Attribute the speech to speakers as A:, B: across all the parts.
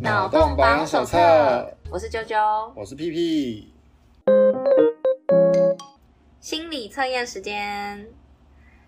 A: 脑洞保养手册》，
B: 我是啾啾，
A: 我是屁屁。
B: 心理测验时间。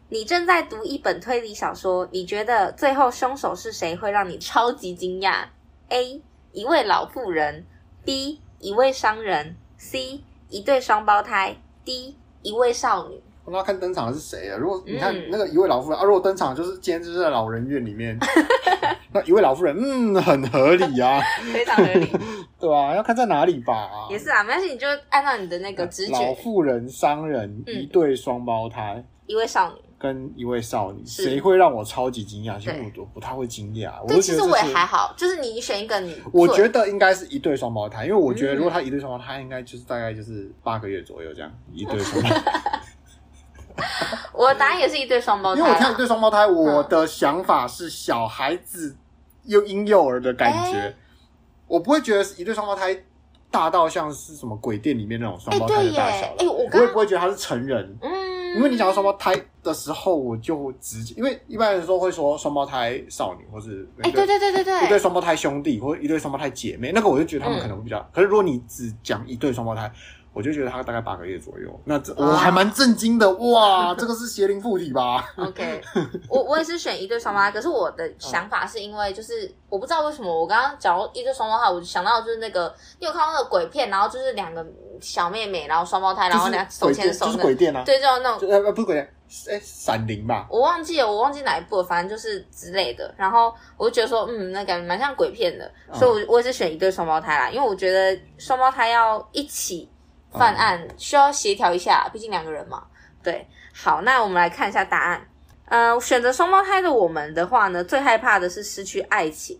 B: 你正在读一本推理小说，你觉得最后凶手是谁会让你超级惊讶？A. 一位老妇人，B. 一位商人，C. 一对双胞胎，D. 一位少女。
A: 我们要看登场的是谁啊？如果你看
B: 嗯
A: 那个一位老妇人、啊，如果登场就是今天就是在老人院里面， 那一位老妇人，嗯，很合理啊，
B: 非常合理，
A: 对吧、要看在哪里吧。
B: 也是啊，没关系，你就按照你的那个直
A: 老
B: 觉，
A: 妇人、商人、
B: 嗯
A: 一对双胞胎
B: 一位少女。
A: 跟一位少女，
B: 是
A: 谁会让我超级惊讶？其实
B: 对
A: 我我不太会惊讶，我
B: 对，
A: 就
B: 其
A: 觉得
B: 实
A: 这
B: 我也
A: 是
B: 还好，就是你选一个你最，
A: 我觉得应该是一对双胞胎，因为我觉得
B: 嗯
A: 如果他一对双胞胎，应该就是大概就是八个月左右这样，一对双胞胎。
B: 我的答案也是一对双胞
A: 因
B: 胎啊
A: 为
B: 啦，
A: 我听到一对双胞胎，我的想法是小孩子又婴幼儿的感
B: 哎
A: 觉，我不会觉得一对双胞胎大到像是什么鬼店里面那种双
B: 哎、
A: 胞胎
B: 对
A: 的
B: 耶，
A: 大小
B: 哎、
A: 了。
B: 我
A: 我
B: 刚
A: 也不会觉得他是成人，
B: 嗯，
A: 因为你讲到双胞胎的时候，我就直接，因为一般来说会说双胞胎少女，或是
B: 哎、
A: 那
B: 对
A: 个
B: 对对对
A: 一对
B: 对，
A: 双胞胎兄弟或者一对双胞胎姐妹，那个我就觉
B: 嗯
A: 得他们可能会比较。可是如果你只讲一对双胞胎，我就觉得他大概八个月左右。那这
B: 哇
A: 我还蛮震惊的，哇，这个是邪灵附体吧？
B: OK，我我也是选一对双胞胎，可是我
A: 嗯
B: 的想法是因为就是我不知道为什么我刚刚讲到一对双胞胎，我就想到就是那个你有看到那个鬼片，然后就是两个小妹妹，然后双胞胎，然后两
A: 就
B: 个
A: 是
B: 手牵手的，
A: 鬼店，就是鬼店啊，
B: 对，就是那种
A: 就呃不是鬼店，是哎闪灵吧？
B: 我忘记了，我忘记哪一部了，反正就是之类的。然后我就觉得说，嗯，那感觉蛮像鬼片的，
A: 嗯
B: 所以我我也是选一对双胞胎啦，因为我觉得双胞胎要一起犯案，需要协调一下，毕竟两个人嘛。对，好，那我们来看一下答案。呃，选择双胞胎的我们的话呢，最害怕的是失去爱情。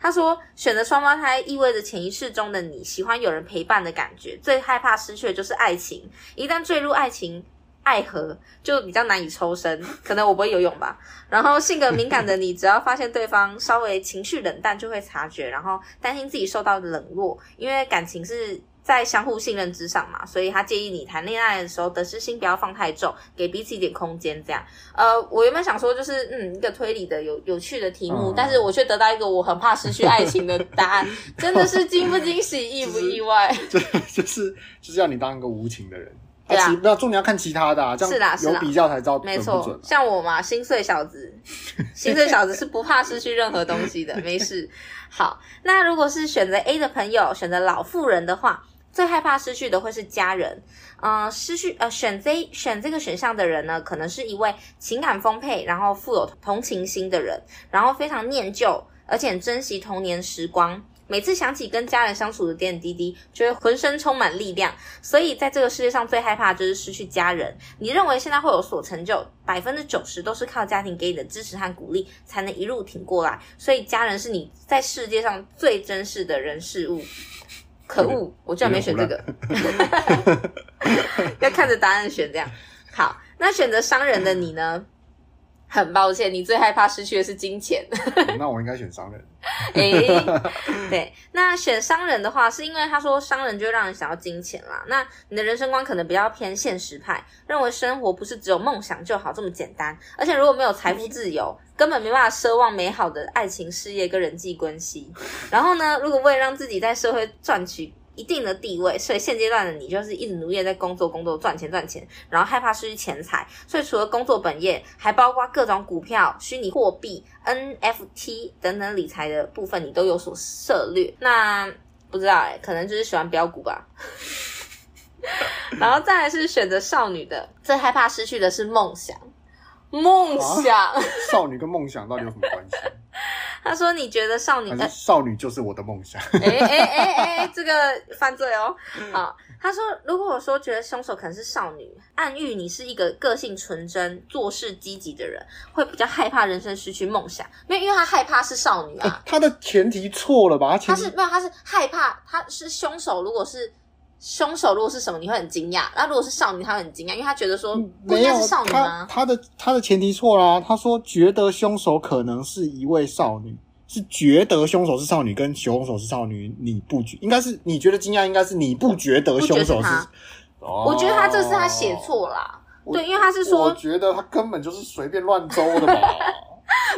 B: 他说，选择双胞胎意味着潜意识中的你喜欢有人陪伴的感觉，最害怕失去的就是爱情。一旦坠入爱情爱河，就比较难以抽身。可能我不会游泳吧。然后性格敏感的你，只要发现对方稍微情绪冷淡，就会察觉，然后担心自己受到冷落，因为感情是。在相互信任之上嘛，所以他建议你谈恋爱的时候得失心不要放太重，给彼此一点空间。这样，呃，我原本想说就是，嗯，一个推理的有有趣的题目，
A: 嗯
B: 但是我却得到一个我很怕失去爱情的答案，真的是惊不惊喜，意不意外？
A: 就就是就是要你当一个无情的人。
B: 对啊
A: 其那重点要看其他的啊，这
B: 是啦
A: 样
B: 是
A: 有
B: 啦
A: 比较才知道准
B: 没
A: 不
B: 错
A: 准，啊。
B: 像我嘛，心碎小 子，心碎小子是不怕失去任何东西的，没事。好，那如果是选择 A 的朋友，选择老妇人的话，最害怕失去的会是家人。嗯、失去呃，选 Z 选这个选项的人呢，可能是一位情感丰沛，然后富有同情心的人，然后非常念旧，而且很珍惜童年时光。每次想起跟家人相处的点点滴滴，就会浑身充满力量。所以在这个世界上，最害怕就是失去家人。你认为现在会有所成就，百分之九十都是靠家庭给你的支持和鼓励，才能一路挺过来。所以家人是你在世界上最珍视的人事物。可恶，我居然没选这个， 要看着答案选这样。好，那选择商人的你呢？很抱歉，你最害怕失去的是金钱。
A: 啊那我应该选商人。
B: 诶，对，那选商人的话，是因为他说商人就会让人想要金钱啦。那你的人生观可能比较偏现实派，认为生活不是只有梦想就好这么简单，而且如果没有财富自由，根本没办法奢望美好的爱情、事业跟人际关系。然后呢，如果为了让自己在社会赚取一定的地位，所以现阶段的你就是一直努力地在工作、工作、赚钱、赚钱，然后害怕失去钱财，所以除了工作本业，还包括各种股票、虚拟货币、NFT 等等理财的部分，你都有所涉略。那不知道哎、可能就是喜欢标股吧。 然后再来是选择少女的，最害怕失去的是梦想，梦想。
A: 少女跟梦想到底有什么关 系？
B: 他说：“你觉得少女
A: 还
B: 呃
A: 是少女就是我的梦想？
B: 哎哎哎哎，这个犯罪哦。
A: 嗯
B: 好，他说，如果我说觉得凶手可能是少女，暗喻你是一个个性纯真、做事积极的人，会比较害怕人生失去梦想，没有，因为他害怕是少女啊，
A: 他的前提错了吧？他
B: 他
A: 前提
B: 是没有，他是害怕，他是凶手，如果是。凶手如果是什么，你会很惊讶；那如果是少女，他会很惊讶，因为他觉得说不应
A: 嗯没
B: 该
A: 有
B: 嗯是少女
A: 他
B: 吗？
A: 他的他的前提错啦、他说觉得凶手可能是一位少女，是觉得凶手是少女，跟凶手是少女，你不觉应该是你觉得惊讶，应该是你不觉得凶
B: 不觉得
A: 手
B: 是
A: 是
B: 他。
A: 哦
B: 我觉得他这是他写，错啦。
A: 我
B: 对因为他是说
A: 哦我觉得他根本就是 随便乱诌的吧。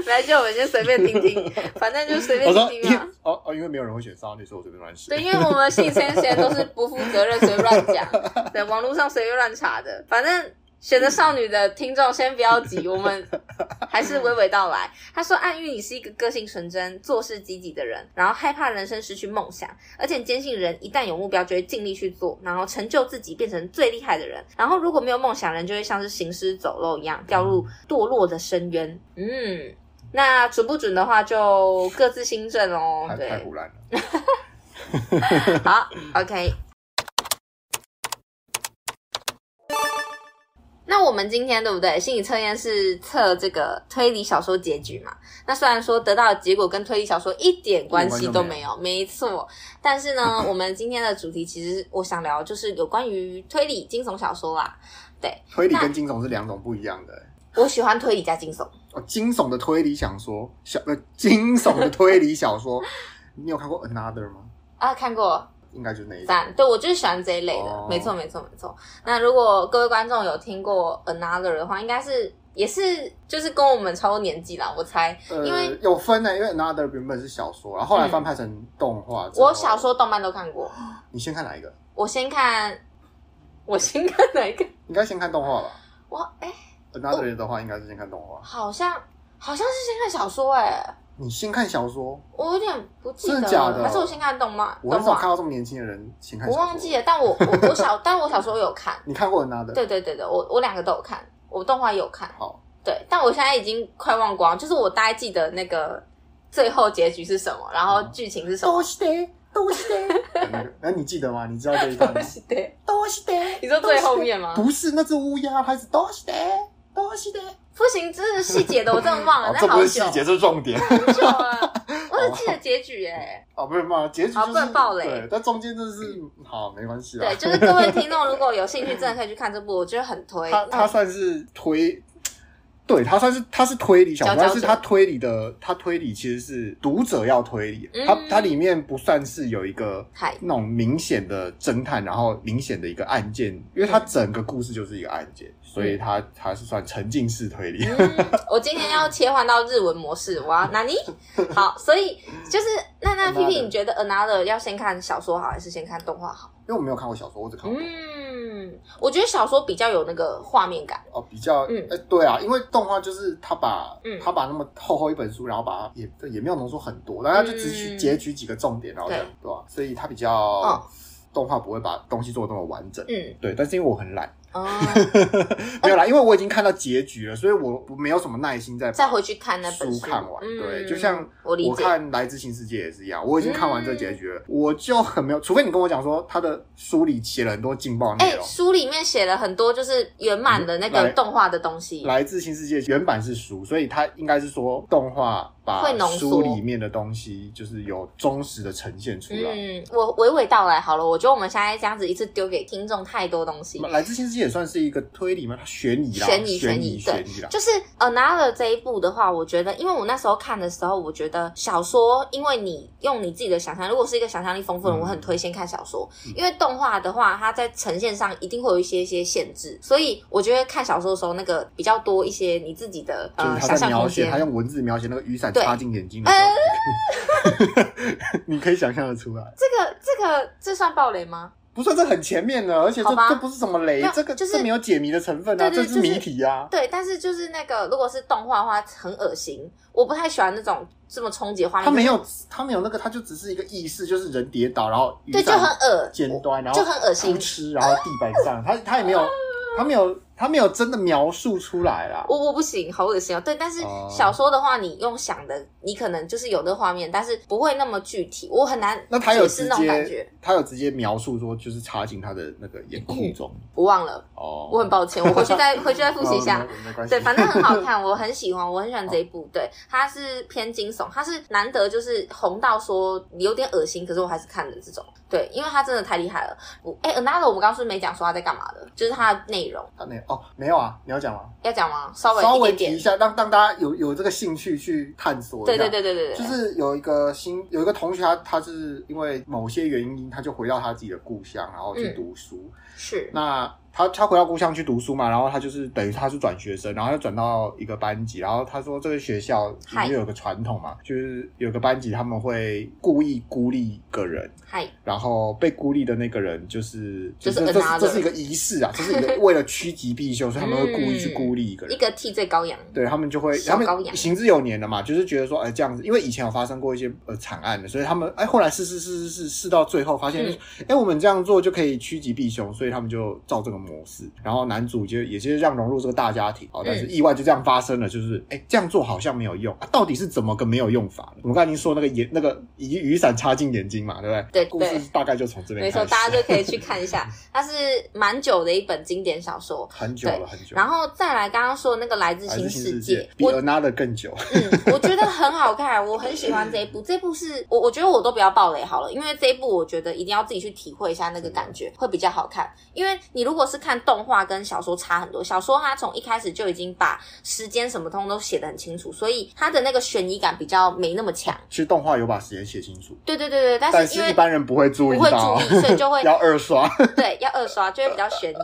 B: 来，就我们先随便听听，反正就随便
A: 我说
B: 听
A: 因
B: 听嘛。啊
A: 哦哦，因为没有人会选上，你说我随便乱写。
B: 对，因为我们心理测验实验都是不负责任、随便乱讲，对，网络上随便乱查的。反正选择少女的听众先不要急，我们还是娓娓道来。他说，暗喻你是一个个性纯真、做事积极的人，然后害怕人生失去梦想，而且坚信人一旦有目标就会尽力去做，然后成就自己，变成最厉害的人。然后如果没有梦想，人就会像是行尸走肉一样，掉入堕落的深渊。嗯。那准不准的话，就各自新政哦。
A: 太
B: 对，
A: 太胡乱了。
B: 好，OK。那我们今天对不对？心理测验是测这个推理小说结局嘛？那虽然说得到的结果跟推理小说一点关系都没有，没错。但是 呢，我们今天的主题其实我想聊就是有关于推理惊悚小说啦。
A: 推理跟惊悚是两种不一样的、欸
B: 我喜欢推理加惊悚，
A: 哦，惊悚的推理小说，小呃，惊悚的推理小说，你有看过 Another 吗？
B: 啊，看过
A: 应该就是那一种。
B: 赞，对我就是喜欢这一类的，
A: 哦
B: 没错没错没错。那如果各位观众有听过 Another 的话，应该是也是就是跟我们差不多年纪啦，我猜。
A: 呃，
B: 因为嗯
A: 有分呢、因为 Another 原本是小说，然后后来翻拍成动画、之后
B: 我小，说、动漫都看过，
A: 你先看哪一个？
B: 我先看，我先看哪一个？
A: 应该先看动画吧。
B: 我哎、
A: Another 的话，应该是先看动画。
B: 好像好像是先看小说哎、
A: 你先看小说，
B: 我有点不记得
A: 真
B: 了，
A: 的假的
B: 还是我先看动漫？
A: 我很少
B: 动画
A: 看到这么年轻的人先看小
B: 我
A: 说。
B: 忘记了，但我我我小， 但我小时候有看，
A: 你看过 Another？，
B: 对对对对，我我两个都有看，我动画也有看。
A: 好，
B: 对，但我现在已经快忘光，就是我大概记得那个最后结局是什么，然后
A: 哦
B: 剧情是什么。
A: 是的，都 是的。那个那你记得吗？你知道这一段吗？
B: 对，
A: 都是的。
B: 你说最后面吗？
A: 不是那只乌鸦，它是都是的，都是的。
B: 不行，这是细节的，我真的忘了，
A: 哦，
B: 啊那
A: 这
B: 好
A: 不
B: 久
A: 是细节，这是哦重点。
B: 很久 了，我只记得结局哎。
A: 哦，不是嘛，结局
B: 好
A: 就
B: 不
A: 是
B: 能爆雷嗯
A: 对，但中间真的是好没关系啦
B: 对，。就是各位听众如果有兴趣，真的可以去看这部，我觉得很推。
A: 他他算是推，对他算是他是推理小说，
B: 佼佼
A: 但
B: 者
A: 是他推理的他推理其实是读者要推理
B: 嗯，
A: 他他里面不算是有一个
B: 嗨
A: 那种明显的侦探，然后明显的一个案件，因为
B: 嗯
A: 他整个故事就是一个案件，所以他他是算沉浸式推理。
B: 嗯，我今天要切换到日文模式，我要 哪里？好，所以就是那那屁
A: Another
B: 屁，你觉得 Another 要先看小说好，还是先看动画好？
A: 因为我没有看过小说，我只看过
B: 嗯，我觉得小说比较有那个画面感。
A: 哦，比较，
B: 嗯
A: 嗯、对啊，因为动画就是他把，
B: 嗯
A: 他把那么厚厚一本书，然后把它也也没有浓缩很多，但他就只取、
B: 嗯
A: 截取几个重点，然后这样，对吧、所以他比较、
B: 哦
A: 动画不会把东西做的那么完整。
B: 嗯，
A: 对，但是因为我很懒，
B: 哦，
A: 没有啦，因为我已经看到结局了，所以我我没有什么耐心再把
B: 再回去看那本
A: 书看完。
B: 嗯、
A: 对，就像
B: 我理
A: 我
B: 解，嗯
A: 看《来自新世界》也是一样，我已经看完这个结局了，我就很没有，除非你跟我讲说他的书里写了很多劲爆
B: 哎、
A: 内容。
B: 书里面写了很多就是圆满的那个
A: 来
B: 动画的东西，
A: 来自新世界原版是书，所以它应该是说动画把
B: 会浓缩
A: 书里面的东西就是有忠实的呈现出来。
B: 嗯，我娓娓道来好了。我觉得我们现在这样子一次丢给听众太多东西，
A: 来自新世界也算是一个推理嘛，它悬疑啦，
B: 悬疑
A: 悬
B: 疑，对
A: 悬疑啦，。
B: 就是 Another 这一部的话，我觉得，因为我那时候看的时候，我觉得小说，因为你用你自己的想象，如果是一个想象力丰富的人，
A: 嗯
B: 我很推荐看小说，
A: 嗯
B: 因为动画的话，它在呈现上一定会有一些一些限制，所以我觉得看小说的时候，那个比较多一些你自己的
A: 就
B: 呃
A: 是
B: 想
A: 他在
B: 象空
A: 描写，
B: 间
A: 他。用文字描写那个雨伞
B: 对呃
A: 插进眼睛的时候， 你可以想象的出来。
B: 这个这个这算暴雷吗？
A: 不算这很前面了，而且这
B: 好吧
A: 这不是什么雷
B: 没有，
A: 这个
B: 就是
A: 这没有解谜的成分
B: 对
A: 啊，
B: 对
A: 这
B: 就是
A: 是谜题啊。
B: 对，但是就是那个，如果是动画的话，很恶心，我不太喜欢那种这么冲击的画面。
A: 他没有他没有那个，他就只是一个意识，就是人跌倒，然后雨
B: 对，
A: 伞
B: 就很恶，
A: 尖端，然后
B: 就很恶心
A: 扑哧，然后地板上，他他也没有，他没有，他没有真的描述出来啦。
B: 我我不行，好恶心哦。对，但是
A: 哦
B: 小说的话，你用想的，你可能就是有的画面，但是不会那么具体，我很难
A: 那他有
B: 解
A: 直
B: 释那种感觉
A: 接。，他有直接描述说，就是插进他的那个眼库中。
B: 我忘了，
A: 哦，
B: 我很抱歉，我回去 再回去再复习一下
A: 哦。没没关系。
B: 对，反正很好看，我很喜欢，我很喜欢这一部。对，它是偏惊悚，它是难得就是红到说有点恶心，可是我还是看的这种。对，因为它真的太厉害了。我哎，Another 我们刚刚是不是没讲说他在干嘛的，就是它的内容
A: 他没有哦，没有啊，你要讲吗？
B: 要讲吗？稍微
A: 稍微
B: 一
A: 提
B: 点
A: 一
B: 点。
A: 下，让让大家有有这个兴趣去探索。
B: 对对。对对对对，
A: 就是有一个新有一个同学他，他是因为某些原因，他就回到他自己的故乡，然后去
B: 嗯
A: 读书。
B: 是
A: 那他他回到故乡去读书嘛，然后他就是等于他是转学生，然后又转到一个班级，然后他说这个学校里
B: 嗨
A: 面有个传统嘛，就是有个班级他们会故意孤立一个人，
B: 嗨，
A: 然后被孤立的那个人就是
B: 就是
A: 这这
B: another
A: 是这是一个仪式啊，这是一个为了趋吉避凶，所以他们会故意去孤立一个人
B: 一。个替罪羔羊。
A: 对他们就会，
B: 小
A: 他们
B: 羔羊
A: 行之有年了嘛，就是觉得说，哎、这样子，因为以前有发生过一些呃惨案的，所以他们哎、后来试试试试试试到最后，发现哎、
B: 嗯
A: 我们这样做就可以趋吉避凶，所以他们就照这个模式。然后男主就也就是这样融入这个大家庭
B: 嗯
A: 哦，但是意外就这样发生了，就是哎、这样做好像没有用、啊，到底是怎么个没有用法呢？我们刚才已经说那个眼那个雨雨伞插进眼睛嘛，对不对？
B: 对
A: 故事
B: 对
A: 大概就从这边
B: 没错，
A: 开始
B: 大家就可以去看一 下，它是蛮久的一本经典小说。
A: 很久了，很久了。
B: 然后再来刚刚说的那个《来自
A: 来自
B: 新
A: 新世
B: 世
A: 界
B: 界》，
A: 比
B: 我
A: another 更久，
B: 嗯，我觉得很好看，我很喜欢这一 部。这一部是我我觉得我都不要爆雷好了，因为这一部我觉得一定要自己去体会一下那个感觉，会比较好看。因为你如果是看动画跟小说差很多，小说它从一开始就已经把时间什么通都写得很清楚，所以它的那个悬疑感比较没那么强。
A: 其实动画有把时间写清楚。
B: 对对对对，但
A: 但
B: 啊是因
A: 是一
B: 为
A: 般人不会注意到，
B: 不会注意所以就会
A: 要二刷。
B: 对，要二刷就会比较悬疑。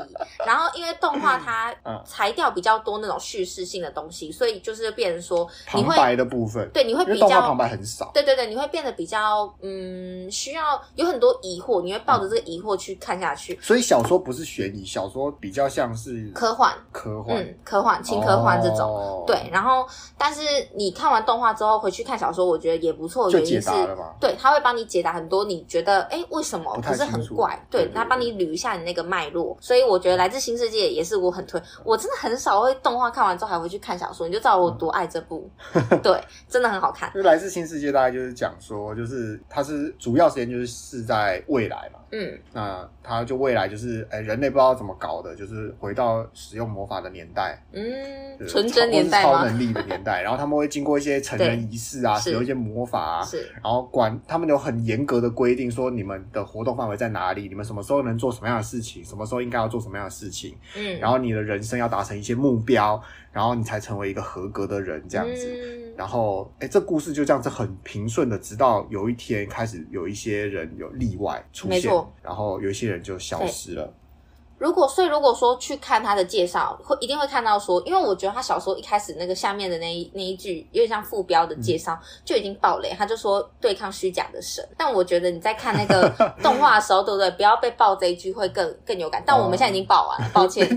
B: 然后因为动画它
A: 嗯
B: 裁掉比较多那种叙事性的东西，所以就是变成说你
A: 旁
B: 会
A: 白的部分，
B: 对你会
A: 因为
B: 比
A: 动画旁
B: 较。
A: 白很少，
B: 对对对，你会变得比较嗯，需要有很多疑惑，你会抱着这个疑惑去看下去。
A: 所以小说不是悬疑，小说比较像是
B: 科幻，
A: 科幻、
B: 嗯，科幻、轻科幻这种，
A: 哦
B: 对。，然后，但是你看完动画之后回去看小说，我觉得也不错。
A: 就
B: 原因
A: 解
B: 是
A: 答了嘛。
B: 对，他会帮你解答很多你觉得哎为什么
A: 不太
B: 可是
A: 清
B: 很
A: 楚
B: 怪，
A: 对
B: 对
A: 对
B: 他帮你捋一下你那个脉络，所以我觉得《来自新世界》也是我很推，我真的很少会动画看完之后还会去看小说，你就知道我多爱这部，
A: 嗯
B: 对，真的很好看，
A: 因为来自新世界大概就是讲说，就是它是主要时间就是是在未来嘛，
B: 嗯
A: 那它就未来就是，哎、人类不知道怎么搞的，就是回到使用魔法的年代，
B: 嗯，
A: 对
B: 纯真年代
A: 或是超
B: 吗？
A: 能力的年代，然后他们会经过一些成人仪式啊，
B: 对是
A: 使用一些魔法啊，
B: 是，
A: 然后管他们有很严格的规定，说你们的活动范围在哪里，你们什么时候能做什么样的事情，什么时候应该要做什么样的事情，
B: 嗯，
A: 然后你的人生要达成一些目标，然后你才成为一个合格的人这样子。
B: 嗯
A: 然后，哎，这故事就这样子很平顺的，直到有一天开始有一些人有例外出
B: 没
A: 现
B: 错，
A: 然后有一些人就消失了。
B: 如果所以如果说去看他的介绍，会一定会看到说，因为我觉得他小说一开始那个下面的那一那一句有点像副标的介绍、就已经爆雷，他就说对抗虚假的神。但我觉得你在看那个动画的时候，对不对？不要被爆这一句会更更有感。但我们现在已经爆完了，抱歉。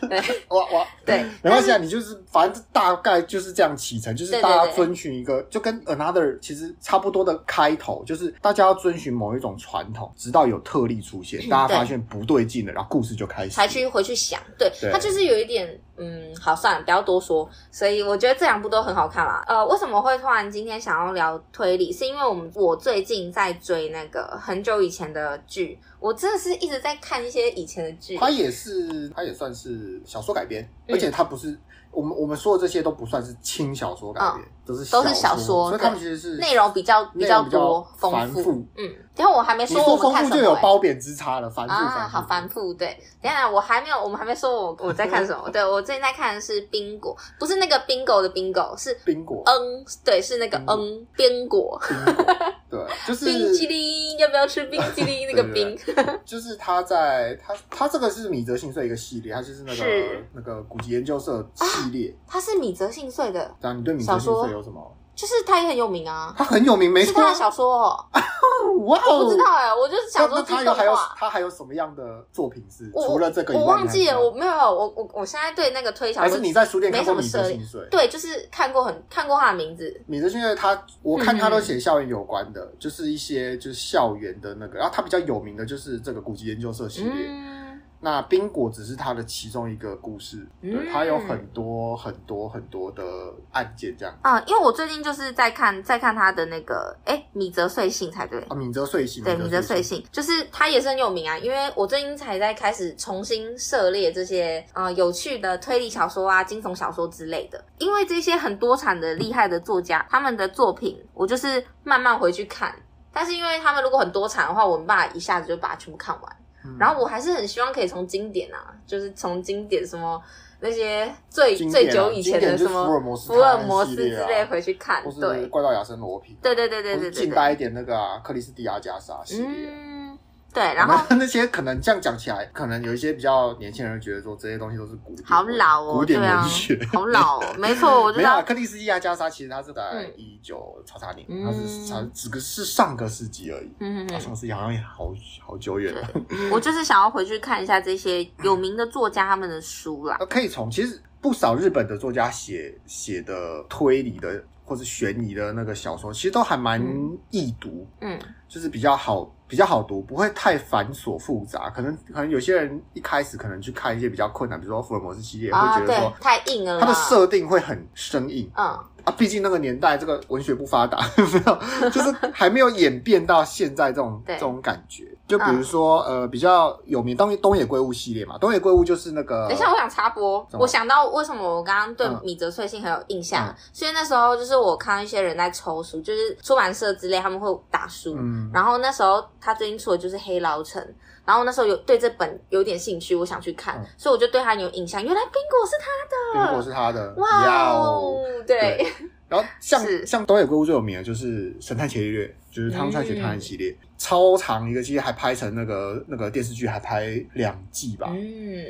B: 对
A: 哇哇，
B: 对，
A: 没关系啊，你就是反正大概就是这样启程，就是
B: 对对
A: 大家
B: 对
A: 遵循一个就跟 another 其实差不多的开头，就是大家要遵循某一种传统，直到有特例出现，大家发现不对劲了，然后故事就开始。
B: 才去回去想，嗯对
A: 对
B: 他就是有一点，嗯，好，算了，不要多说。所以我觉得这两部都很好看啦。呃，为什么会突然今天想要聊推理？是因为我们我最近在追那个很久以前的剧，我真的是一直在看一些以前的剧。
A: 它也是，它也算是小说改编，
B: 嗯
A: 而且它不是我们我们说的这些都不算是轻小说改编，都是
B: 哦都是小
A: 说，
B: 说
A: 所以他们其实是
B: 内容比较
A: 内
B: 较
A: 容比
B: 多丰
A: 繁
B: 富，嗯，等一下我还没
A: 你
B: 说我们
A: 丰
B: 看
A: 富
B: 什么、
A: 就有
B: 欸
A: 褒贬之差了，繁复
B: 啊，
A: 繁
B: 好
A: 复。
B: 繁复，对。等一下我还没有，我们还没说我我在看什
A: 嗯
B: 么。对我最近在看的是冰果，不是那个 bingo 的 bingo，是
A: 冰果，
B: 嗯，对，是那个嗯冰果。
A: 冰果，对，就是
B: 冰淇淋，要不要吃冰淇淋？那个
A: 对对
B: 冰，
A: 就是他在他他这个是米泽信穗一个系列，他就是那个
B: 是
A: 那个古籍研究社系列。
B: 它是米泽信穗的，
A: 然后你对米泽信
B: 小
A: 穗
B: 说
A: 有什么？
B: 就是它也很有名啊，
A: 他很有名，没
B: 是
A: 错
B: 他
A: 啊。
B: 的小说哦，
A: 哇哦，
B: 我不知道哎、我就是
A: 那。
B: 想说
A: 那
B: 去
A: 他有
B: 动
A: 还有
B: 画。
A: 他还有什么样的作品是
B: 我
A: 除了这个以外？
B: 我忘记
A: 你还
B: 了，
A: 有
B: 我没有，我我我现在对那个推小
A: 还
B: 说
A: 是你在书店看过
B: 没
A: 米
B: 什么
A: 泽
B: 涉
A: 信穗？
B: 对，就是看过很看过他的名字，
A: 米泽信穗他，我看
B: 嗯
A: 他都写校园有关的，就是一些就是校园的那个。然后他比较有名的就是这个古籍研究社系列。
B: 嗯，
A: 那冰果只是它的其中一个故事，对，
B: 嗯
A: 它有很多很多很多的案件这样。
B: 啊，因为我最近就是在看在看他的那个，哎，米泽穗信才对，
A: 啊，敏泽睡醒，
B: 对，米泽
A: 睡
B: 穗
A: 醒，
B: 信就是他也是很有名啊，因为我最近才在开始重新涉猎这些呃有趣的推理小说啊、惊悚小说之类的，因为这些很多产的厉害的作家他们的作品，我就是慢慢回去看。但是因为他们如果很多产的话，我没办法一下子就把它全部看完。
A: 嗯
B: 然后我还是很希望可以从经典啊，就是从经典什么那些最、
A: 经典啊
B: 最久以前
A: 经
B: 的
A: 典就
B: 什
A: 是福尔
B: 么
A: 摩斯
B: 福尔摩
A: 系
B: 斯
A: 列啊
B: 之类回去看，
A: 或是
B: 对
A: 怪盗亚森罗平，
B: 对对对对
A: 或
B: 对
A: 是
B: 对
A: 近
B: 对，
A: 代一点那个啊，克里斯蒂亚加莎系列，
B: 嗯，对，然后
A: 我们 那些可能这样讲起来，可能有一些比较年轻人会觉得说这些东西都是古典
B: 好老哦，
A: 古典
B: 对啊
A: 文学。，
B: 好老、哦，没错，我知
A: 没有啊，
B: 道，
A: 克里斯蒂亚加莎其实他是在
B: 嗯
A: 一九叉叉年，
B: 嗯
A: 他是他只个是上个世纪而已，
B: 嗯嗯
A: 啊，上个世纪好像也好好久远了。
B: 嗯，我就是想要回去看一下这些有名的作家他们的书啦。
A: 呃，可以从其实不少日本的作家写写的推理的或是悬疑的那个小说，其实都还蛮
B: 嗯
A: 易读，
B: 嗯
A: 就是比较好比较好读，不会太繁琐复杂。可能可能有些人一开始可能去看一些比较困难，比如说福尔摩斯系列，会
B: 啊，
A: 觉得
B: 对啊
A: 说，。
B: 太硬了啦，
A: 它的设定会很生硬
B: 嗯
A: 啊，毕竟那个年代这个文学不发达， 没有，就是还没有演变到现在这种
B: 对嗯
A: 这种感觉。就比如说、呃，比较有名东东野圭吾系列嘛，东野圭吾就是那个
B: 等一下，我想插播，
A: 怎么
B: 我想到为什么我刚刚对
A: 嗯
B: 米泽穗信很有印象
A: 嗯，
B: 所以那时候就是我看到一些人在抽书，就是出版社之类他们会打书，
A: 嗯，
B: 然后那时候他最近出的就是《黑牢城》，然后那时候有对这本有点兴趣，我想去看，
A: 嗯
B: 所以我就对他很有印象。原来冰果是他的，
A: 苹果是他的，
B: 哇
A: 要
B: 哦，对
A: 对，然后像
B: 是
A: 像东野圭吾最有名的就是《神探伽利略》，就是汤姆探
B: 嗯
A: 险探案系列，超长一个系列，还拍成那个那个电视剧，还拍两季吧，
B: 嗯，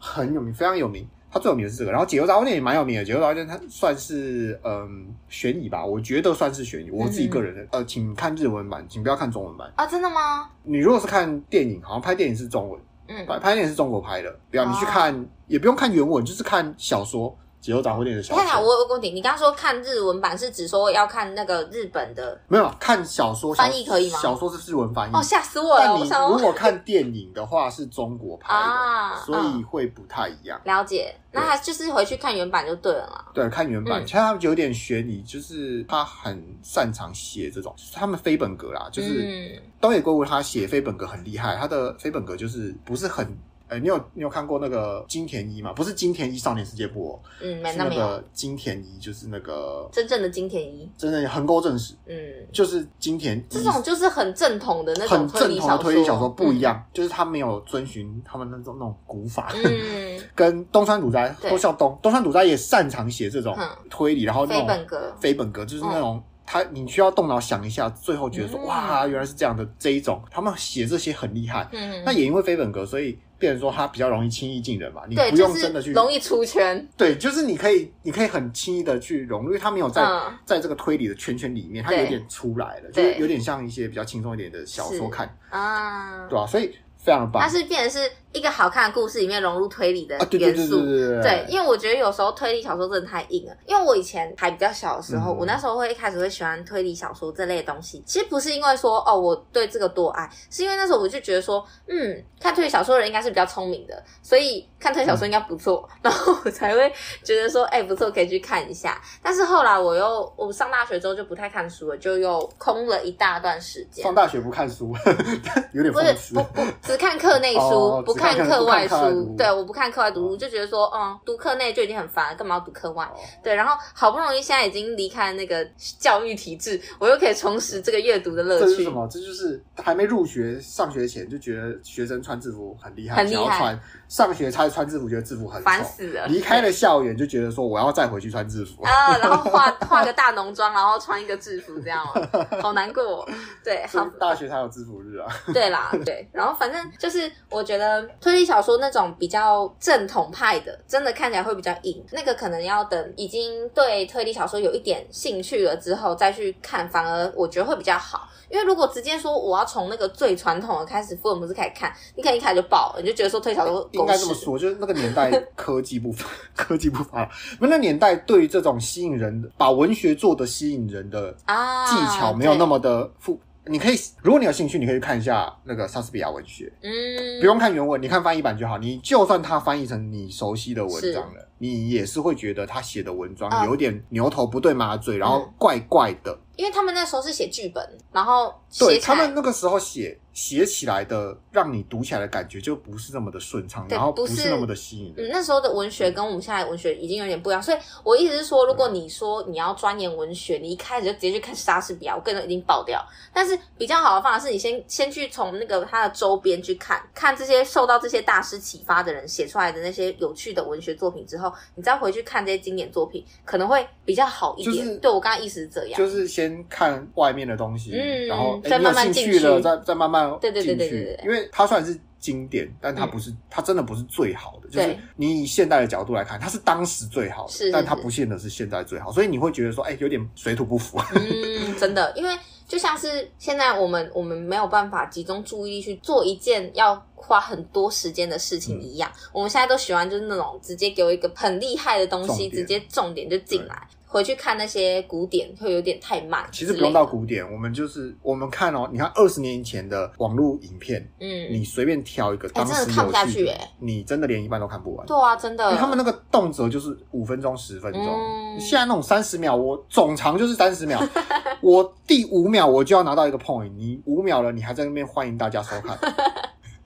A: 很有名，非常有名。他最有名的是这个，然后《解忧杂货店》也蛮有名的，《解忧杂货店》它算是嗯悬疑吧，我觉得算是悬疑。我自己个人的、呃，请看日文版，请不要看中文版。
B: 啊，真的吗？
A: 你如果是看电影，好像拍电影是中文，
B: 嗯，
A: 拍拍电影是中国拍的，不要你去
B: 哦
A: 看，也不用看原文，就是看小说《解忧杂货店》的小
B: 你
A: 说。
B: 看啊，我有个问题，你刚刚说看日文版是指说要看那个日本的
A: 没有看小说，小
B: 翻译可以吗
A: 小说是日文翻译。
B: 哦，吓死我
A: 但
B: 了！
A: 嗯你
B: 我想
A: 如
B: 说
A: 果看电影的话，是中国拍的，
B: 啊
A: 所以会不太一样。
B: 了解，那他就是回去看原版就对了啦。
A: 对，看原版，
B: 嗯
A: 其实他们有点悬疑，就是他很擅长写这种，就是他们非本格啦，就是
B: 嗯，
A: 东野圭吾他写非本格很厉害，他的非本格就是不是很。呃，你有你有看过那个金田一吗？不是金田一少年世界部、哦，
B: 嗯，没
A: 是
B: 那
A: 那
B: 没有
A: 个金田一，就是那个
B: 真正的金田一，
A: 真的横沟正史，
B: 嗯，
A: 就是金田一
B: 这种就是很正统的那种
A: 嗯很
B: 推
A: 正
B: 理
A: 统的推理小说
B: 说
A: 不一，样，就是他没有遵循他们那种那种古法，
B: 嗯，嗯
A: 跟东山笃斋、
B: 对
A: 都孝东东山笃斋也擅长写这种
B: 嗯
A: 推理，然后那
B: 非
A: 种
B: 本格，
A: 非本格，就是那种他你需要动脑想一下，最后觉得说
B: 嗯
A: 哇原来是这样的这一种，他们写这些很厉害。
B: 嗯，
A: 那也因为非本格，所以变成说他比较容易轻易进人嘛，你
B: 对，
A: 不
B: 就
A: 用
B: 是
A: 真的去
B: 容易出圈，
A: 对，就是你可以你可以很轻易的去融入，因为他没有在
B: 嗯，
A: 在这个推理的圈圈里面，他
B: 对
A: 有点出来了，就是
B: 对
A: 有点像一些比较轻松一点的小
B: 是
A: 说看，
B: 啊，
A: 对吧、所以非常棒
B: 它是变成是一个好看的故事里面融入推理的
A: 啊！对对
B: 元
A: 对对
B: 素。
A: 对
B: 对，因为我觉得有时候推理小说真的太硬了。因为我以前还比较小的时候，
A: 嗯
B: 我那时候会一开始会喜欢推理小说这类的东西。其实不是因为说哦我对这个多爱，是因为那时候我就觉得说，嗯，看推理小说的人应该是比较聪明的，所以看推理小说应该不错， 然后我才会觉得说，哎、不错，可以去看一下。但是后来我又我上大学之后就不太看书了，就又空了一大段时间
A: 上。大学不看书， 有点
B: 不
A: 讽
B: 是
A: 刺
B: 不。不只看课内书
A: 哦，
B: 不看
A: 只看
B: 课外
A: 不看课外
B: 书
A: 读。
B: 对，我不看课外读物，就觉得说，嗯，读课内就已经很烦了，干嘛要读课外？
A: 哦
B: 对，然后好不容易现在已经离开那个教育体制，我又可以重拾这个阅读的乐
A: 这是
B: 趣
A: 什。么？这就是还没入学上学前就觉得学生穿制服很厉害，
B: 很厉
A: 想要
B: 害
A: 穿；上学才穿制服觉得制服很
B: 烦
A: 丑，
B: 死了！
A: 离开了校园就觉得说我要再回去穿制服。
B: 啊，然后化化个大浓妆，然后穿一个制服，这样吗？好难过哦、对，
A: 所
B: 好
A: 以，大学才有制服日啊！
B: 对啦，对，然后反正就是我觉得推理小说那种比较正统派的，真的看起来会比较硬，那个可能要等已经对推理小说有一点兴趣了之后再去看，反而我觉得会比较好。因为如果直接说我要从那个最传统的开始，福尔摩斯开始看，你可能一开始就爆了，你就觉得说推理 小说
A: 应
B: 狗
A: 该这么
B: 屎。
A: 说，就是那个年代科技不发， 科技不发达，那那年代对于这种吸引人的，把文学做的吸引人的
B: 啊，
A: 技巧没有那
B: 么
A: 么的复。你可以，如果你有兴趣，你可以去看一下那个莎士比亚文学，
B: 嗯，
A: 不用看原文，你看翻译版就好。你就算它翻译成你熟悉的文章了，你也是会觉得他写的文章
B: 嗯
A: 有点牛头不对马嘴，然后怪怪的。
B: 因为他们那时候是写剧本，然后
A: 对
B: 写起
A: 他
B: 来
A: 们那个时候写写起来的，让你读起来的感觉就不是那么的顺畅，
B: 对
A: 然后
B: 不
A: 不
B: 是
A: 是那么的吸引
B: 嗯，
A: 人。
B: 那时候的文学跟我们现在的文学已经有点不一样，所以我意思是说，如果你说你要钻研文学，你一开始就直接去看莎士比亚，我个人已经爆掉。但是比较好的方法是你先先去从那个他的周边去看看这些受到这些大师启发的人写出来的那些有趣的文学作品之后，你再回去看这些经典作品，可能会比较好一点。
A: 就是
B: 对我刚刚意思是这样，
A: 就是先看外面的东西，
B: 嗯
A: 然后诶
B: 再
A: 你有
B: 慢慢
A: 兴
B: 进
A: 趣了，
B: 去
A: 再再慢慢样
B: 对对对
A: 进去
B: 对对对
A: 因为它虽然是经典，但它
B: 嗯
A: 不是，它真的不是最好的。就
B: 对
A: 是你以现代的角度来看，它是当时最好的，
B: 是是
A: 但它
B: 是
A: 不见得是现在最好，所以你会觉得说，哎、有点水土不服。
B: 嗯，真的，因为就像是现在我们我们没有办法集中注意力去做一件要花很多时间的事情一
A: 嗯
B: 样，我们现在都喜欢就是那种直接给我一个很厉害的东西，
A: 重点
B: 直接重点就进来。回去看那些古典会有点太慢，
A: 其实不用到，古典，我们就是我们看哦，你看二十年以前的网络影片，
B: 嗯，哎
A: 你随便挑一个，当时
B: 真的看不下
A: 有
B: 去
A: 趣的
B: 哎
A: 你真的连一半都看不完。
B: 对啊，真
A: 因
B: 的，
A: 哎为他们那个动辄就是五分钟、十分钟，
B: 嗯
A: 现在那种三十秒，我总长就是三十 秒，我第五秒我就要拿到一个 point，你五秒了，你还在那边欢迎大家收 看，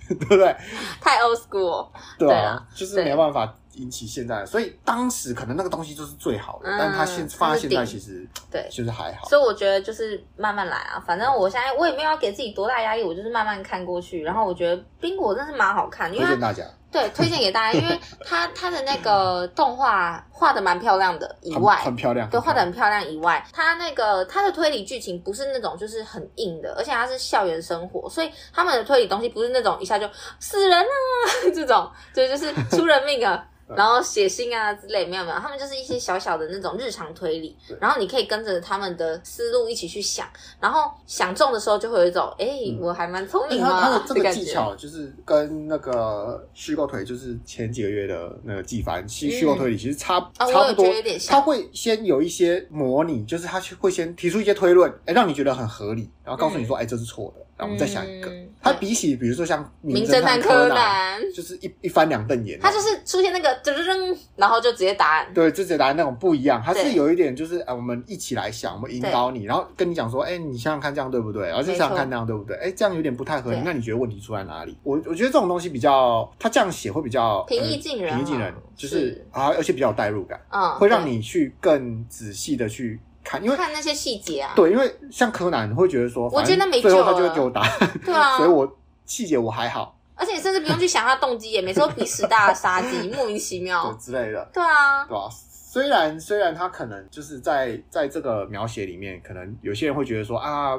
A: 对不对？
B: 太 old school，
A: 对
B: 对
A: 啊
B: 啦，
A: 就是没有办法引起现在，所以当时可能那个东西就是最好的，
B: 嗯
A: 但它现放在现在
B: 它是顶
A: 其实
B: 对
A: 就是还好。
B: 所以我觉得就是慢慢来啊，反正我现在我也没有要给自己多大压力，我就是慢慢看过去。然后我觉得《冰果》真是蛮好看，因为
A: 推
B: 它
A: 荐大家，
B: 对，推荐给大家，因 为它它的那个动画画的蛮漂亮的，以
A: 很
B: 外，
A: 很漂亮，
B: 对，
A: 很漂
B: 画的
A: 亮
B: 很漂亮以外，它那个它的推理剧情不是那种就是很硬的，而且它是校园生活，所以他们的推理东西不是那种一下就死人啊 这种，对，就是出人命 啊。
A: 嗯
B: 然后血腥啊之类，没有没有，他们就是一些小小的那种日常推理
A: 对，
B: 然后你可以跟着他们的思路一起去想，然后想中的时候就会有一种，哎、
A: 嗯
B: 我还蛮聪
A: 而且
B: 明
A: 它它
B: 嘛
A: 的这
B: 的
A: 个
B: 啊感
A: 技
B: 觉。
A: 巧就是跟那个虚构推理，就是前几个月的那个纪凡，其实虚构推理其实差、
B: 嗯啊
A: 差
B: 我
A: 不
B: 有
A: 多
B: 觉得有点，像
A: 他会先有一些模拟，就是他去会先提出一些推论，哎、让你觉得很合理，然后告诉你说，哎、这是错的，然后我们再想一个。
B: 嗯
A: 他
B: 对
A: 比起比如说像《名
B: 名侦探
A: 柯
B: 柯》，南，
A: 就是一一翻两瞪眼，啊
B: 他就是出现那个噔噔噔，然后就直接答案。
A: 对，就直接答案那种不一样，它是
B: 对
A: 有一点就是啊，我们一起来想，我们引导你，然后跟你讲说，哎、你想想看这样对不对？然后就
B: 没
A: 想想
B: 错
A: 看那样对不对？哎、这样有点不太合理，
B: 对
A: 那你觉得问题出在哪里？我我觉得这种东西比较，它这样写会比较
B: 平易
A: 呃
B: 近人
A: 平易近
B: 啊
A: 人，就是
B: 是
A: 啊，而且比较有代入感，
B: 嗯，
A: 会让
B: 对
A: 你去更仔细的去看，因为。
B: 看那些细节啊。
A: 对，因为像柯南会觉得说，
B: 我觉得
A: 反正
B: 没
A: 最后
B: 救
A: 他就会
B: 了
A: 给我答案，
B: 对啊
A: 所以我细节我还好，
B: 而且你甚至不用去想他动机也，每次都比十大杀机， 莫名其
A: 对
B: 妙。
A: 之类的。
B: 对啊，
A: 对吧、虽然虽然他可能就是在在这个描写里面，可能有些人会觉得说啊，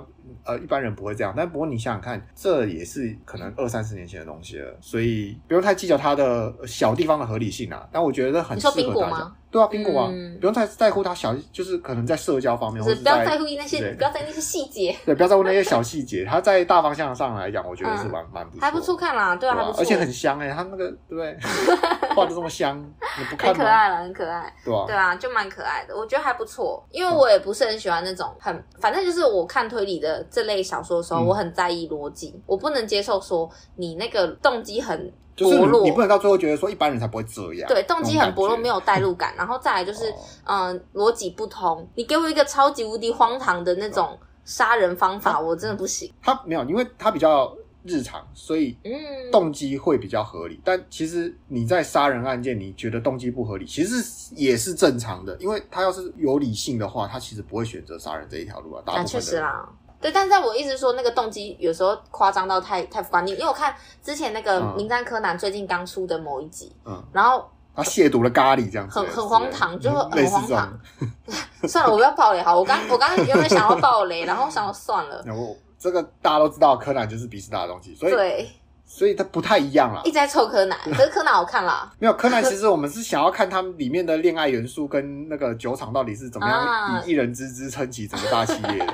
A: 呃，一般人不会这样。但不过你想想看，这也是可
B: 嗯
A: 能二三十年前的东西了，所以不用太计较它的呃小地方的合理性啊。但我觉得很
B: 你
A: 适
B: 说
A: 合
B: 冰果
A: 大家
B: 吗。
A: 对啊，冰果啊，
B: 嗯
A: 不用太在乎它小，就是可能在社交方面，
B: 就
A: 或
B: 是
A: 者
B: 不要
A: 在
B: 在乎那些，
A: 对
B: 不要在意那些细节，
A: 对，不要在乎那些小 细节。它在大方向上来讲，我觉得是蛮蛮不错的，
B: 嗯还不错看啦，对
A: 对
B: 啊，
A: 吧、
B: 还不错，
A: 而且很香哎、它那个对不 对，画的这么香，你不
B: 很
A: 看
B: 可
A: 吗？
B: 爱了，很可爱，
A: 对吧、
B: 对啊，就蛮可爱的，我觉得还不错，因为我也不是很喜欢那种很，反正就是我看推理的这类小说的时候，
A: 嗯
B: 我很在意逻辑，我不能接受说你那个动机很
A: 就是
B: 薄弱
A: 你你不能到最后觉得说一般人才不会这样，
B: 对，动机很薄弱，没
A: 有
B: 有代入感，然后再来就是
A: 哦，
B: 嗯、逻辑不通。你给我一个超级无敌荒唐的那
A: 哦
B: 种杀人方
A: 啊
B: 法，我真的不行。
A: 他没有，因为他比较日常，所以
B: 嗯，
A: 动机会比较合理。但其实你在杀人案件，你觉得动机不合理，其实也是正常的，因为他要是有理性的话，他其实不会选择杀人这一条路啊。大部
B: 那
A: 分的
B: 确实
A: 人，
B: 啦。对，但是在我一直说那个动机有时候夸张到太太浮夸。你因为我看之前那个
A: 嗯
B: 《名侦柯南》最近刚出的某一集，
A: 嗯，
B: 然后
A: 他亵渎了咖喱这样子，
B: 很很荒唐
A: 对
B: 就很
A: 类似这
B: 荒
A: 种
B: 唐。算了，我不要爆雷好。我刚我刚刚原本想要爆雷，然后想说算了，
A: 然后这个大家都知道，柯南就是比斯大的东西，所以
B: 对，
A: 所以他不太一样啦
B: 一。直在凑柯南，可是柯南好看啦。
A: 没有柯南，其实我们是想要看他们里面的恋爱元素跟那个酒厂到底是怎么
B: 啊
A: 样以一人之姿撑起整个大企业的。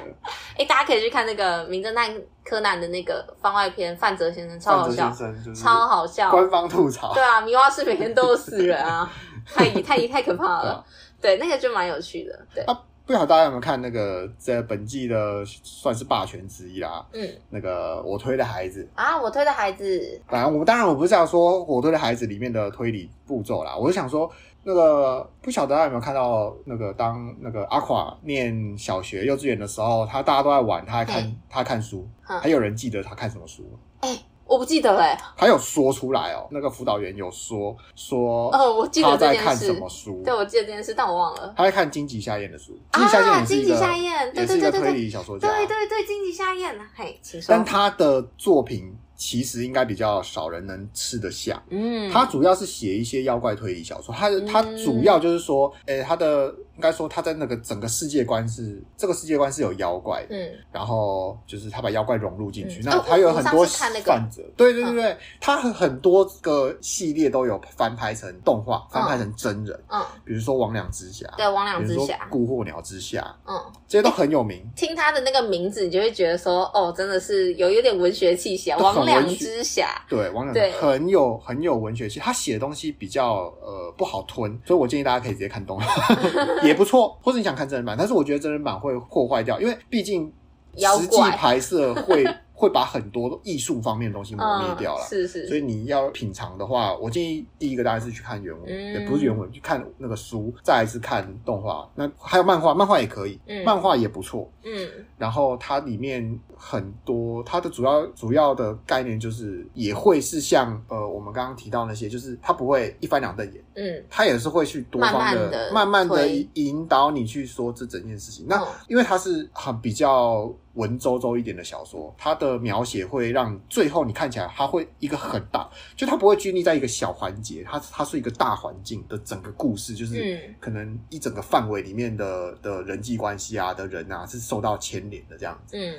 B: 哎、大家可以去看那个《名侦探柯南》的那个番外篇，范泽先 生超
A: 范
B: 好
A: 泽
B: 笑
A: 先，生就是
B: 超好笑。
A: 官方吐槽
B: 对，啊，迷花市每天都有死人 啊，太太太可怕
A: 对
B: 了
A: 啊。
B: 对，那个就蛮有趣的。对，
A: 啊，不晓得大家有没有看那个在本季的算是霸权之一啦，
B: 嗯
A: 那个我推的孩子。
B: 啊，我推的孩子，
A: 反正我当然我不是要说我推的孩子里面的推理步骤啦，我是想说那个不晓得大家有没有看到那个当那个阿垮念小学幼稚园的时候，他大家都在玩，他还看
B: 嘿
A: 他看书，
B: 嗯
A: 还有人记得他看什么书吗？
B: 哎、我不记得哎、
A: 他有说出来哦，那个辅导员有说说，
B: 哦我记得
A: 他在
B: 这件
A: 看
B: 事
A: 什么书，
B: 对，我记得这件事，但我忘了。
A: 他在看金吉夏彦的书，金吉夏彦
B: 啊，
A: 也是
B: 荆
A: 一
B: 棘
A: 个，
B: 夏宴，对
A: 也是
B: 对
A: 一
B: 对
A: 个
B: 对
A: 推
B: 对，
A: 理小说家，
B: 对对对，荆棘夏宴，嘿，请说
A: 但。他的作品其实应该比较少人能吃得下。
B: 嗯，
A: 他主要是写一些妖怪推理小说，他的他
B: 嗯
A: 主要就是说，诶、他的应该说他在那个整个世界观是这个世界观是有妖怪的，
B: 嗯，
A: 然后就是他把妖怪融入进去，
B: 嗯
A: 那
B: 哦
A: 他有很
B: 我
A: 多
B: 上次看那个嗯
A: 反者，对对对对，他很多个系列都有翻拍成动画，翻拍成真人，
B: 嗯，
A: 比如说《王两之侠》，
B: 对，王两
A: 比
B: 之
A: 如说
B: 侠
A: 《，孤火鸟之下》，
B: 嗯，
A: 这些都很有名。
B: 听他的那个名字，你就会觉得说，哦，真的是有有点文学气息啊，
A: 都很
B: 王两
A: 文学
B: 之侠，
A: 对，王两
B: 对
A: 之很有很有文学性，他写的东西比较呃不好吞，所以我建议大家可以直接看动画， 也不错。或者你想看真人版，但是我觉得真人版会破坏掉，因为毕竟
B: 妖
A: 实际
B: 怪
A: 拍摄会 会把很多艺术方面的东西磨灭
B: 嗯
A: 掉了，。
B: 是是，
A: 所以你要品尝的话，我建议第一个当然是去看原文，
B: 嗯
A: 也不是原文，去看那个书，再来是看动画，那还有漫画，漫画也可以，
B: 嗯
A: 漫画也不错。
B: 嗯
A: 然后它里面很多，它的主要主要的概念就是也会是像呃我们刚刚提到那些，就是它不会一翻两瞪眼，
B: 嗯
A: 它也是会去多方的
B: 慢
A: 慢
B: 慢地
A: 慢的
B: 推
A: 引导你去说这整件事情。那、
B: 嗯
A: 因为它是很比较文绉绉一点的小说，它的描写会让最后你看起来它会一个很大，就它不会拘泥在一个小环节，它它是一个大环境的整个故事，就是。
B: 嗯
A: 可能一整个范围里面的的人际关系啊的人啊是受到牵连的这样子，
B: 嗯，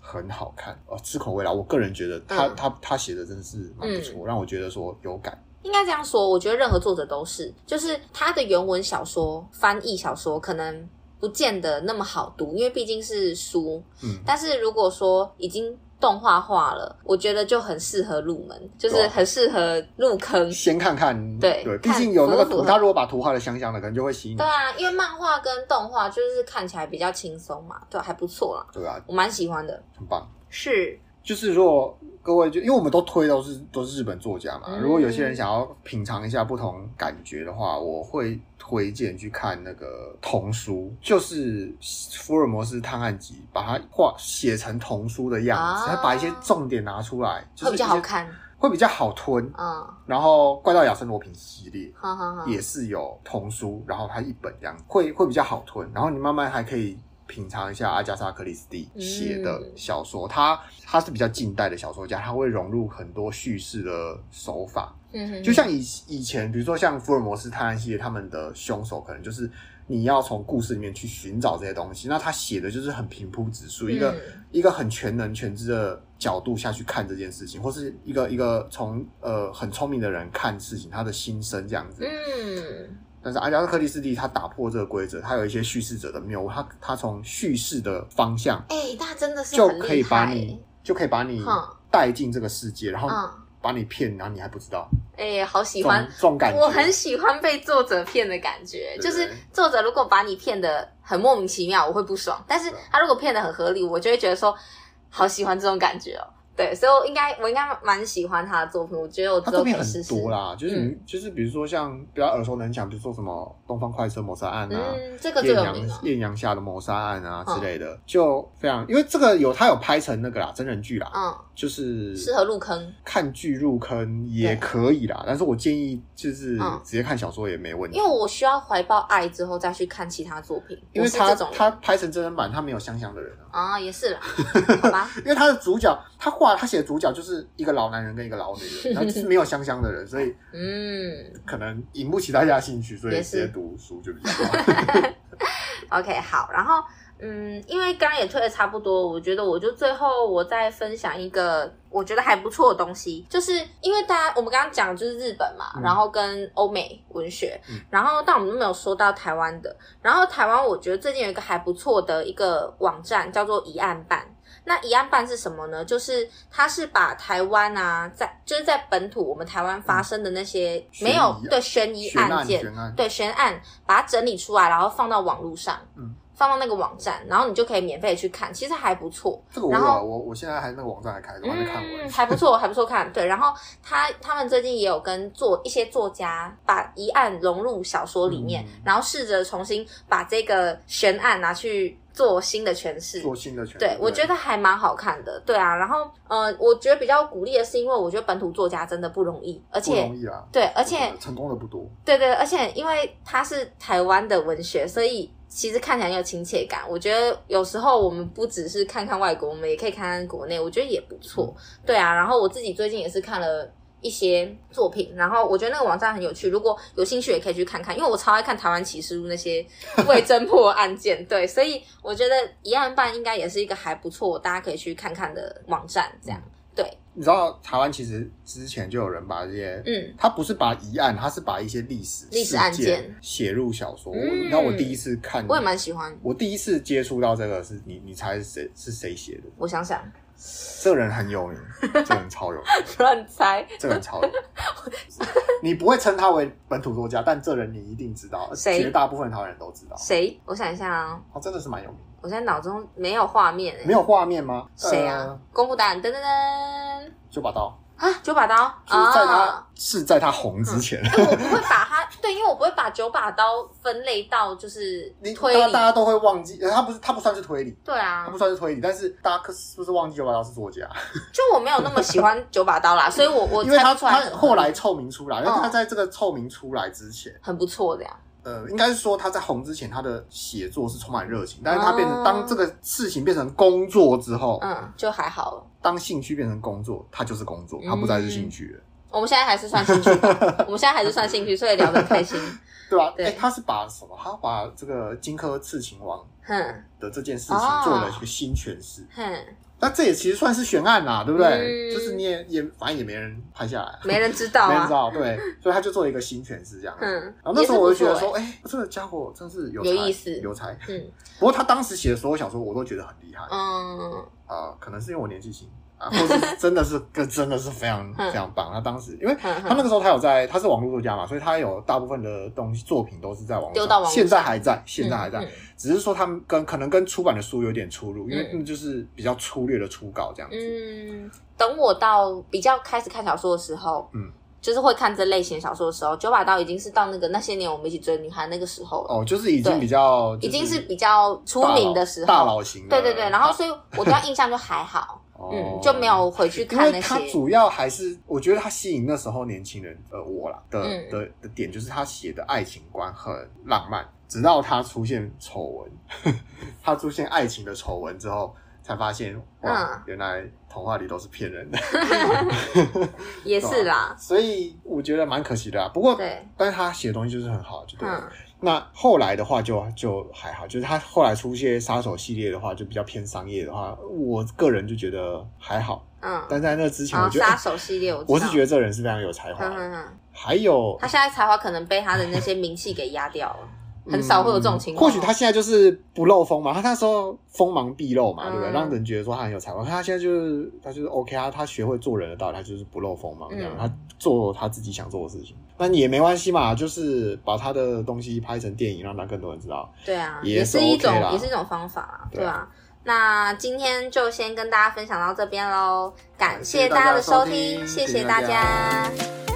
A: 很好看哦，吃口味啦。我个人觉得他、
B: 嗯
A: 他他写的真的是蛮不错，让我觉得说有感。
B: 应该这样说，我觉得任何作者都是，就是他的原文小说、翻译小说可能不见得那么好读，因为毕竟是书。
A: 嗯，
B: 但是如果说已经动画化了，我觉得就很适合入门，就是
A: 对啊
B: 很适合入 坑。
A: 先看看，
B: 对
A: 对，毕
B: 看
A: 竟有那个
B: 符不符
A: 图，
B: 合
A: 他如果把图画的香香的，可能就会吸引你
B: 对，啊，因为漫画跟动画就是看起来比较轻松嘛，对，还不错啦，
A: 对啊，
B: 我蛮喜欢的。
A: 很棒。
B: 是，
A: 就是如果各位就因为我们都推都是都是日本作家嘛，
B: 嗯
A: 如果有些人想要品尝一下不同感觉的话，我会推荐去看那个童书，就是福尔摩斯探案集，把它画写成童书的样子，
B: 啊
A: 它把一些重点拿出来，就是
B: 会比较好
A: 一些，
B: 看，
A: 会比较好吞。
B: 嗯，
A: 然后怪盗亚森罗平系列。
B: 哈哈哈。
A: 也是有童书，然后它一本这样，会会比较好吞。然后你慢慢还可以品尝一下阿加莎·克里斯蒂写的小说，他他是比较近代的小说家，他会融入很多叙事的手法，
B: 嗯哼
A: 就像以以前，比如说像福尔摩斯探案系列，他们的凶手可能就是你要从故事里面去寻找这些东西。那他写的就是很平铺直述，一个
B: 嗯
A: 一个很全能全知的角度下去看这件事情，或是一个一个从呃很聪明的人看事情他的心声这样子。
B: 嗯
A: 但是阿加莎·克里斯蒂他打破这个规则，他有一些叙事者的谬误，他他从叙事的方向
B: 哎、那真的是
A: 就
B: 很厉
A: 可以把
B: 害哎
A: 你就可以把你
B: 哼
A: 带进这个世界，然
B: 欸
A: 后
B: 嗯，
A: 把你骗，然后你还不知道，
B: 哎、好喜
A: 这
B: 欢
A: 种这种感觉，
B: 我很喜欢被作者骗的感觉，就
A: 对
B: 是作者如果把你骗的很莫名其妙，我会不爽；但是他如果骗的很合理，我就会觉得说，好喜欢这种感觉哦。对，所以我应该我应该蛮喜欢他的作品，我觉得我
A: 他
B: 之后
A: 作
B: 可
A: 品
B: 以
A: 很
B: 试试。
A: 多啦，就是
B: 嗯
A: 你、就是比如说像比较耳熟能详，比如说什么《东方快车谋杀案》啊。
B: 嗯，这个最
A: 艳
B: 有名了
A: 阳。艳阳下的谋杀案啊
B: 嗯
A: 之类的，就非常，因为这个有他有拍成那个啦，真人剧啦，
B: 嗯，
A: 就是
B: 适合入坑，
A: 看剧入坑也可以啦，但是我建议就是
B: 嗯
A: 直接看小说也没问题，
B: 因为我需要怀抱爱之后再去看其他作品。
A: 因为
B: 我是
A: 他
B: 这种人
A: 他拍成真人版，他没有香香的人啊，
B: 啊，也 是啦，好吧，
A: 因为他的主角他画他写的主角就是一个老男人跟一个老女 人，然后就是没有香香的人，所以
B: 嗯。
A: 可能引不起大家的兴趣，所以
B: 也
A: 直
B: 是
A: 接读书就比较好。
B: OK，好，然后嗯，因为刚刚也推的差不多，我觉得我就最后我再分享一个我觉得还不错的东西，就是因为大家我们刚刚讲就是日本嘛，
A: 嗯
B: 然后跟欧美文学，
A: 嗯
B: 然后但我们都没有说到台湾的，然后台湾我觉得最近有一个还不错的一个网站叫做一案办。那一案办是什么呢？就是它是把台湾啊，在就是在本土我们台湾发生的那些没有
A: 悬疑啊
B: 对悬疑
A: 悬
B: 案
A: 案
B: 件，
A: 悬案，
B: 对悬案，把它整理出来，然后放到网络上，
A: 嗯
B: 放到那个网站，然后你就可以免费去看，其实还不错，
A: 这个我
B: 然
A: 有
B: 后
A: 啊，我我现在还那个网站还开着，我还没看
B: 嗯，
A: 完。
B: 还不错，还不错看。对，然后他他们最近也有跟作一些作家把疑案融入小说里面，
A: 嗯
B: 然后试着重新把这个悬案拿去做新的诠释，
A: 做新的全
B: 对，我觉得还蛮好看的，对啊。然后，呃，我觉得比较鼓励的是，因为我觉得本土作家真的不容易，而
A: 不
B: 且
A: 容易啊，
B: 对，而且
A: 成功的不多。
B: 对对，而且因为它是台湾的文学，所以其实看起来很有亲切感。我觉得有时候我们不只是看看外国，我们也可以看看国内，我觉得也不错。对啊，然后我自己最近也是看了一些作品，然后我觉得那个网站很有趣，如果有兴趣也可以去看看，因为我超爱看台湾启示录那些未侦破案件，对，所以我觉得一案办应该也是一个还不错，大家可以去看看的网站，这样，对，
A: 你知道台湾其实之前就有人把这些，
B: 嗯，
A: 他不是把疑案，他是把一些历史
B: 历史
A: 事
B: 案
A: 件
B: 件
A: 写入小说。我
B: 嗯
A: 那、我第一次看，
B: 我也蛮喜欢，
A: 我第一次接触到这个是你，你猜是谁是谁写的？
B: 我想想，
A: 这个人很 有名，这个人超有名，
B: 乱猜
A: 这个人超有 名。你不会称他为本土作家，但这人你一定知道，
B: 谁
A: 绝大部分台湾人都知道。
B: 谁，我想一下啊，
A: 他真的是蛮有名的，
B: 我现在脑中没有画面、欸，
A: 没有画面吗？
B: 谁啊
A: 呃？
B: 公布答案，噔噔噔。
A: 九把刀，
B: 啊，九把刀
A: 就是在他、
B: 啊！
A: 是在他红之前。
B: 哎、我不会把它对，因为我不会把九把刀分类到就是
A: 你大
B: 推
A: 家
B: 理
A: 大，家都会忘记，呃他不是他不算是推理，
B: 对
A: 他
B: 啊
A: 不，算是推理，但是大家可是不是忘记九把刀是作家？
B: 就我没有那么喜欢九把刀啦，所以我我
A: 因为
B: 猜
A: 他
B: 不出来
A: 他
B: 很
A: 后来臭名出来，因为
B: 嗯
A: 他在这个臭名出来之前，
B: 很不错的呀，
A: 呃，应该是说他在红之前，他的写作是充满热情，但是他变成
B: 哦
A: 当这个事情变成工作之后，
B: 嗯，就还好了。
A: 当兴趣变成工作，他就是工作，他不再是兴趣了，
B: 我们现在还是算兴 趣吧，我们现在还是算兴趣，所以聊得很开心。
A: 对吧？
B: 对
A: 哎，他是把什么？他把这个荆轲刺秦王
B: 哼
A: 的这件事情
B: 哦
A: 做了一个新诠释，
B: 哼，
A: 那这也其实算是悬案啦，对不对？
B: 嗯
A: 就是你也也反正也没人拍下来，
B: 没人知道
A: 没人
B: 啊
A: 知，道，对，所以他就做了一个新诠释这样。
B: 嗯
A: 然后那时候我就觉得
B: 也是
A: 说，
B: 不欸
A: 哎、这个家伙真是有
B: 有
A: 才
B: 意思
A: 有才。
B: 嗯
A: 不过他当时写的所有小说，我都觉得很厉害啊、
B: 嗯
A: 可能是因为我年纪轻啊，或 是真的是跟真的是非常
B: 嗯
A: 非常棒。他当时因为。
B: 哼
A: 他那
B: 哼，
A: 个时候，他有在，他是网络作家嘛，所以他有大部分的东西作品都是在网络
B: 丢到网络上
A: 现在还在，现在还在，
B: 嗯嗯
A: 只是说他们跟可能跟出版的书有点出入，因为
B: 嗯
A: 他们就是比较粗略的初稿这样子。
B: 嗯，等我到比较开始看小说的时候，
A: 嗯，
B: 就是会看这类型小说的时候，九把刀已经是到那个那些年我们一起追的女孩那个时候了，
A: 哦，就是已经
B: 对
A: 比较，就
B: 已经是比较出名的时候。
A: 大佬大佬型的。
B: 对对对，然后所以我对他印象就还好，
A: 哦
B: 嗯，就没有回去
A: 因
B: 看
A: 为
B: 那
A: 他
B: 些。
A: 主要还是，我觉得他吸引那时候年轻人，呃，我啦的、
B: 嗯
A: 的的点就是他写的爱情观很浪漫，直到他出现丑闻， 他出现爱情的丑闻之后，才发现哇，
B: 嗯
A: 原来童话里都是骗人的，
B: 也是啦，
A: 所以我觉得蛮可惜的啦。不过，
B: 对，
A: 但是他写的东西就是很好，就哦对了。
B: 嗯
A: 那后来的话就就还好，就是他后来出一些杀手系列的话，就比较偏商业的话，我个人就觉得还好。
B: 嗯，
A: 但在那之前，
B: 然
A: 我
B: 后
A: 觉得、哎
B: 杀手系列我知道
A: 我是觉得这人是非常有才华
B: 嗯
A: 的。
B: 嗯嗯，
A: 还有
B: 他现在才华可能被他的那些名气给压掉了，很少会有这种情况
A: 嗯或许他现在就是不露锋嘛，他那时候锋芒毕露嘛，
B: 嗯
A: 对不对？让人觉得说他很有才华。他现在就是他就是 OK 啊，他学会做人的道理，他就是不露锋芒，这样、
B: 嗯
A: 他做他自己想做的事情。那你也没关系嘛，就是把他的东西拍成电影，让他更多人知道。
B: 对啊，
A: 也
B: 也
A: 是
B: 是一
A: OK
B: 种
A: 啦
B: 也是一种方法啦，
A: 对
B: 对
A: 啊
B: 啊。那今天就先跟大家分享到这边喽，感
A: 感谢
B: 谢
A: 大
B: 大
A: 家
B: 家
A: 的
B: 的
A: 收
B: 收
A: 听
B: 听，谢
A: 谢谢
B: 谢大
A: 大
B: 家。